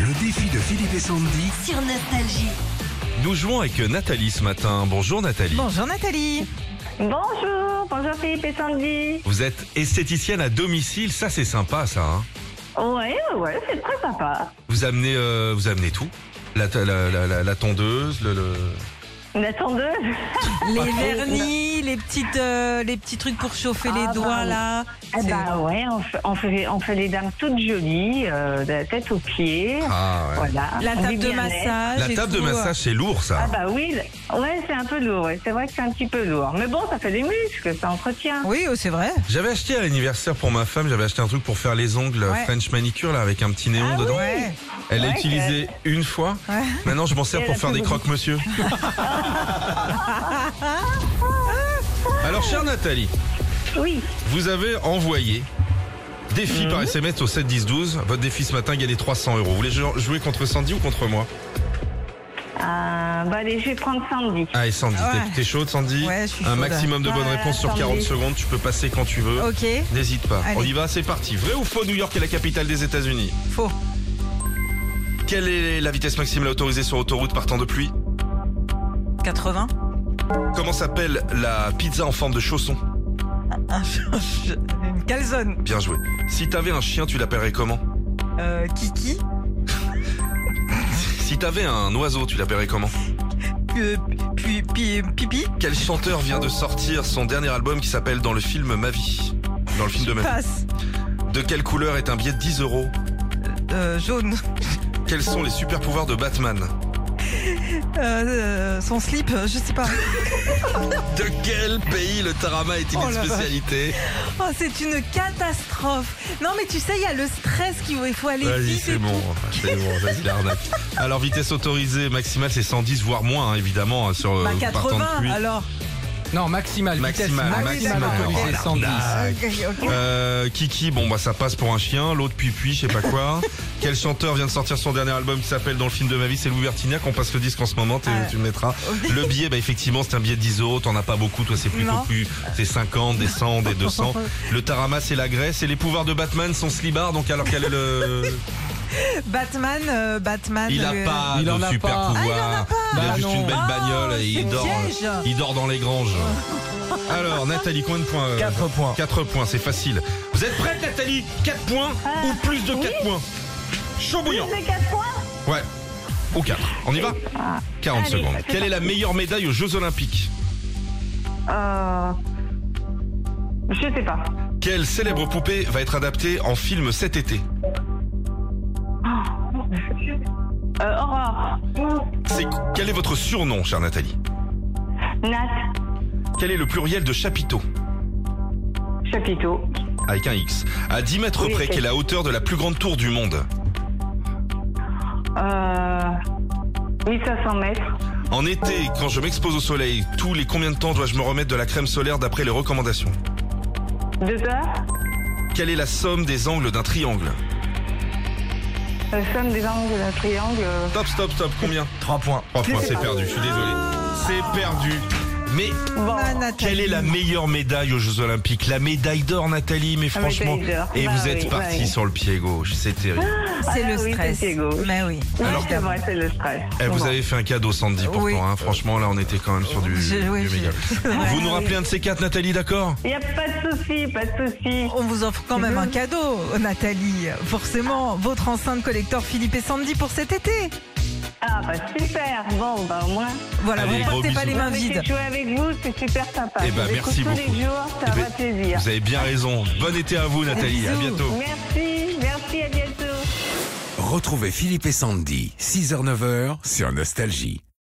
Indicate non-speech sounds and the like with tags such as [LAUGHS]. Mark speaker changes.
Speaker 1: Le défi de Philippe et Sandy.
Speaker 2: sur Nostalgie.
Speaker 3: Nous jouons avec Nathalie ce matin. Bonjour Nathalie.
Speaker 4: Bonjour Nathalie.
Speaker 5: Bonjour, bonjour Philippe et Sandy.
Speaker 3: Vous êtes esthéticienne à domicile, ça c'est sympa ça. hein.
Speaker 5: Ouais, ouais, ouais, c'est très sympa.
Speaker 3: vous amenez, euh, vous amenez tout. La, t- la- la- la- la tondeuse, le, le-
Speaker 5: Mais attendez,
Speaker 4: Les vernis, les petites, euh, les petits trucs pour chauffer
Speaker 5: Ah,
Speaker 4: les doigts
Speaker 5: bah,
Speaker 4: là.
Speaker 5: eh
Speaker 4: C'est-
Speaker 5: ben ouais, on fait, on, fait, on fait les dames toutes jolies, euh, de la tête aux pieds.
Speaker 3: Ah, ouais.
Speaker 5: Voilà.
Speaker 4: La
Speaker 5: On
Speaker 4: table
Speaker 5: vit
Speaker 4: de
Speaker 5: bien être.
Speaker 4: massage.
Speaker 3: La
Speaker 4: et
Speaker 3: table de
Speaker 4: Ah, tout. euh.
Speaker 3: massage c'est lourd
Speaker 5: Ah
Speaker 3: ça.
Speaker 5: bah oui, le- ouais, c'est un peu lourd, ouais, c'est vrai que c'est un petit peu lourd. Mais bon, ça fait des muscles, ça entretient.
Speaker 4: Oui, oh, c'est vrai.
Speaker 3: J'avais acheté à l'anniversaire pour ma femme, j'avais acheté un truc pour faire les ongles
Speaker 4: Ouais.
Speaker 3: French manicure là avec un petit néon
Speaker 5: Ah
Speaker 3: dedans.
Speaker 4: Ouais.
Speaker 3: Elle l'a
Speaker 5: Ouais,
Speaker 3: utilisé une fois.
Speaker 4: Ouais.
Speaker 3: Maintenant je m'en sers
Speaker 5: Et
Speaker 3: pour
Speaker 5: elle a
Speaker 3: faire des
Speaker 5: plus
Speaker 3: croques monsieur. Alors chère Nathalie,
Speaker 5: Oui,
Speaker 3: vous avez envoyé
Speaker 4: Mhm.
Speaker 3: défi par SMS au 7 10 12. Votre défi ce matin gagnez 300 euros. Vous voulez jou- jouer contre Sandy ou contre moi
Speaker 5: Euh, bah allez, je vais prendre Sandy.
Speaker 3: Allez Ah, Sandy, t'es-
Speaker 4: Ah Ouais.
Speaker 3: t'es chaude Sandy
Speaker 4: Ouais, je suis
Speaker 3: Un
Speaker 4: chaude.
Speaker 3: maximum de bonnes
Speaker 5: Voilà,
Speaker 3: réponses sur 40
Speaker 5: Sandy.
Speaker 3: secondes, tu peux passer quand tu veux.
Speaker 4: Ok.
Speaker 3: N'hésite pas.
Speaker 4: Allez.
Speaker 3: On y va, c'est parti. Vrai ou faux, New York est la capitale des États-Unis
Speaker 4: Faux.
Speaker 3: Quelle est la vitesse maximale autorisée sur autoroute par temps de pluie
Speaker 4: 80.
Speaker 3: Comment s'appelle la pizza en forme de chausson
Speaker 4: Un ch- Une calzone.
Speaker 3: Bien joué. Si t'avais un chien, tu l'appellerais comment
Speaker 4: Euh, Kiki.
Speaker 3: Si t'avais un oiseau, tu l'appellerais comment
Speaker 4: Puis, puis, puis- pipi.
Speaker 3: Quel chanteur vient de sortir son dernier album qui s'appelle Dans le film Ma vie Dans le film de ma vie.
Speaker 4: Passe.
Speaker 3: De quelle couleur est un billet de 10 euros
Speaker 4: Euh, jaune.
Speaker 3: Quels sont les super pouvoirs de Batman
Speaker 4: Euh, euh, son slip, euh, je sais pas.
Speaker 3: De quel pays le tarama est-il
Speaker 4: Oh
Speaker 3: une
Speaker 4: la vache.
Speaker 3: spécialité
Speaker 4: Oh, c'est une catastrophe. Non, mais tu sais, il y a le stress qui il faut aller
Speaker 3: Vas-y,
Speaker 4: vite. Bah,
Speaker 3: c'est
Speaker 4: et
Speaker 3: bon,
Speaker 4: tout.
Speaker 3: c'est bon, vas-y l'arnaque.
Speaker 4: [LAUGHS]
Speaker 3: Alors vitesse autorisée maximale c'est 110 voire moins hein, évidemment hein, sur euh,
Speaker 4: Bah,
Speaker 3: par temps de
Speaker 4: 80,
Speaker 3: pluie.
Speaker 4: alors.
Speaker 6: Non, maximale,
Speaker 3: Maximale,
Speaker 6: vitesse maximale
Speaker 3: maximale.
Speaker 6: autorisée,
Speaker 3: Oh,
Speaker 6: 110.
Speaker 3: Euh, Kiki, bon bah ça passe pour un chien, l'autre pupui, je sais pas quoi. Quel chanteur vient de sortir son dernier album qui s'appelle Dans le film de ma vie, c'est Louis Bertignac, on passe le disque en ce moment, t'es-
Speaker 4: Ah.
Speaker 3: tu le mettras.
Speaker 4: Oui.
Speaker 3: Le billet, bah effectivement c'est un billet de 10 euros, t'en as pas beaucoup, toi c'est plutôt
Speaker 4: Non.
Speaker 3: plus, c'est 50, des 100, des 200. Le tarama c'est la Grèce et les pouvoirs de Batman sont slibards, donc alors quel est le...
Speaker 4: Batman, euh, Batman.
Speaker 3: Il a
Speaker 4: euh,
Speaker 3: pas
Speaker 6: Il en
Speaker 3: de
Speaker 6: a
Speaker 3: super
Speaker 6: pas.
Speaker 3: pouvoir. il, a
Speaker 6: Bah
Speaker 3: juste
Speaker 6: non.
Speaker 3: une belle
Speaker 4: Ah,
Speaker 3: bagnole et
Speaker 4: c'est
Speaker 3: il dort.
Speaker 4: piège.
Speaker 3: Il dort dans les granges. Alors Nathalie, combien de points
Speaker 6: 4 points.
Speaker 3: 4 points, c'est facile. Vous êtes prête Nathalie 4 points ou plus de 4 points Chaud bouillant.
Speaker 5: C'est 4 points
Speaker 3: Ouais. Ou 4. On y va 40
Speaker 5: Allez,
Speaker 3: secondes.
Speaker 5: c'est
Speaker 3: Quelle est la meilleure médaille aux Jeux Olympiques
Speaker 5: euh, Je sais pas.
Speaker 3: Quelle célèbre poupée va être adaptée en film cet été
Speaker 5: Euh, Aurore,
Speaker 3: C'est Quel est votre surnom, chère Nathalie
Speaker 5: Nat,
Speaker 3: Quel est le pluriel de chapiteau
Speaker 5: chapiteau,
Speaker 3: Avec un X. À 10 mètres
Speaker 5: Oui,
Speaker 3: près,
Speaker 5: ok.
Speaker 3: quelle est la hauteur de la plus grande tour du monde
Speaker 5: euh, 1500 mètres.
Speaker 3: En été, quand je m'expose au soleil, tous les combien de temps dois-je me remettre de la crème solaire d'après les recommandations
Speaker 5: Deux heures
Speaker 3: Quelle est la somme des angles d'un triangle
Speaker 5: La euh, somme des angles d'un triangle. euh,
Speaker 3: Stop, stop, stop, combien 3 points. 3 points, c'est perdu, je suis désolé. C'est perdu. Mais
Speaker 5: Bon,
Speaker 4: Ah, Nathalie.
Speaker 3: quelle est la meilleure médaille aux Jeux Olympiques La médaille d'or, Nathalie, mais
Speaker 5: La
Speaker 3: franchement.
Speaker 5: médaille d'or.
Speaker 3: Et
Speaker 5: Bah
Speaker 3: vous
Speaker 5: oui,
Speaker 3: êtes
Speaker 5: bah
Speaker 3: parti
Speaker 5: oui.
Speaker 3: sur le pied gauche, c'est terrible.
Speaker 4: C'est
Speaker 5: Ah
Speaker 4: le
Speaker 5: oui,
Speaker 4: stress.
Speaker 5: c'est gauche.
Speaker 4: Mais oui.
Speaker 5: ouais,
Speaker 3: Alors-
Speaker 5: c'est vrai, c'est le stress.
Speaker 3: Eh, vous
Speaker 5: Ah, Bon.
Speaker 3: avez fait un cadeau, Sandy, pourtant.
Speaker 4: Oui.
Speaker 3: hein. Franchement, là, on était quand même sur du,
Speaker 4: Je- oui,
Speaker 3: du
Speaker 4: je-
Speaker 3: méga.
Speaker 4: c'est vrai.
Speaker 3: Vous nous rappelez un de ces quatre, Nathalie, d'accord
Speaker 5: Il n'y a pas de souci, pas de souci.
Speaker 4: On vous offre quand
Speaker 5: Mm-hmm.
Speaker 4: même un cadeau, Nathalie. Forcément, votre enceinte collector Philippe et Sandy pour cet été.
Speaker 5: Ah bah super, bon bah au moins.
Speaker 4: Voilà,
Speaker 3: Allez,
Speaker 4: vous
Speaker 3: gros
Speaker 4: partez pas
Speaker 3: bisous.
Speaker 4: les mains vides.
Speaker 5: J'ai joué avec vous, c'est super sympa.
Speaker 3: Eh ben,
Speaker 5: Je vous
Speaker 3: merci
Speaker 5: écoute Tous
Speaker 3: beaucoup.
Speaker 5: les jours, c'est
Speaker 3: Eh
Speaker 5: un
Speaker 3: ben,
Speaker 5: vrai plaisir.
Speaker 3: Vous avez bien raison. Bon été à vous, Nathalie. À
Speaker 4: Bisous.
Speaker 3: bientôt.
Speaker 5: Merci, merci, à bientôt.
Speaker 1: Retrouvez Philippe et Sandy, 6h-9h sur Nostalgie.